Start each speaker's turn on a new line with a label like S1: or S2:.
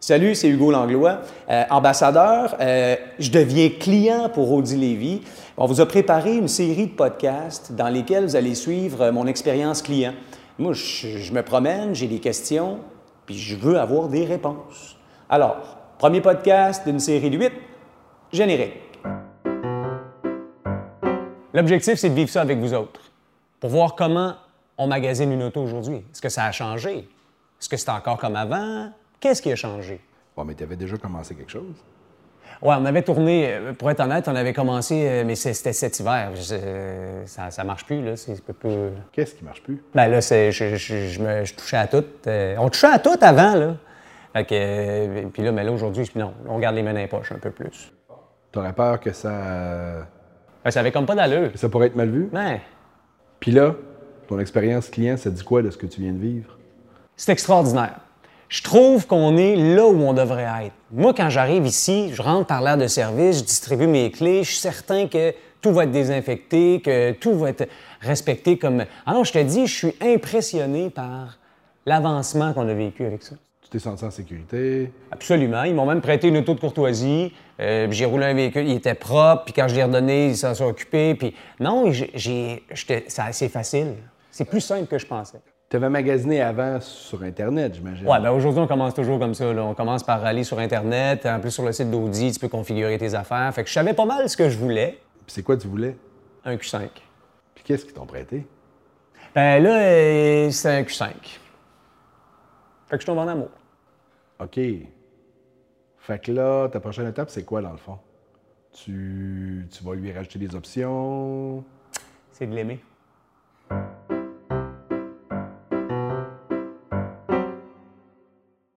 S1: Salut, c'est Hugo Langlois, euh, ambassadeur. Euh, je deviens client pour Audi Lévy. On vous a préparé une série de podcasts dans lesquels vous allez suivre euh, mon expérience client. Moi, je, je me promène, j'ai des questions, puis je veux avoir des réponses. Alors, premier podcast d'une série de 8, générique. L'objectif, c'est de vivre ça avec vous autres, pour voir comment on magasine une auto aujourd'hui. Est-ce que ça a changé? Est-ce que c'est encore comme avant? Qu'est-ce qui a changé?
S2: Bon, mais tu avais déjà commencé quelque chose.
S1: Ouais, on avait tourné, euh, pour être honnête, on avait commencé, euh, mais c'est- c'était cet hiver. Je- euh, ça, ça marche plus, là. C'est un peu plus. euh,
S2: Qu'est-ce qui marche plus?
S1: Ben là, c'est, je, je- je me, je touchais à tout. euh, on touchait à tout avant, là. Fait que, euh, puis là, mais là, aujourd'hui, c'est- non, on garde les mains dans les poches un peu plus.
S2: T'aurais peur que ça,
S1: Ben, ça avait comme pas d'allure.
S2: que ça pourrait être mal vu?
S1: Ben,
S2: Puis là, ton expérience client, ça dit quoi de ce que tu viens de vivre?
S1: c'est extraordinaire. Je trouve qu'on est là où on devrait être. Moi, quand j'arrive ici, je rentre par l'air de service, je distribue mes clés, je suis certain que tout va être désinfecté, que tout va être respecté comme... Alors, je te dis, je suis impressionné par l'avancement qu'on a vécu avec ça.
S2: Tu t'es senti en sécurité?
S1: Absolument. Ils m'ont même prêté une auto de courtoisie. Euh, puis j'ai roulé un véhicule, il était propre, puis quand je l'ai redonné, ils s'en sont occupés. Puis non, j'ai- j'ai, j'étais- ça- c'est facile. C'est plus simple que je pensais.
S2: Tu avais magasiné avant sur Internet, j'imagine.
S1: Ouais, ben aujourd'hui, on commence toujours comme ça. là. On commence par aller sur Internet. En plus, sur le site d'Audi, tu peux configurer tes affaires. Fait que je savais pas mal ce que je voulais.
S2: Puis c'est quoi tu voulais?
S1: Un Q5.
S2: Puis qu'est-ce qu'ils t'ont prêté?
S1: Ben là, euh, c'est un Q5. Fait que je tombe en amour.
S2: OK. Fait que là, ta prochaine étape, c'est quoi dans le fond? Tu, tu vas lui rajouter des options?
S1: C'est de l'aimer.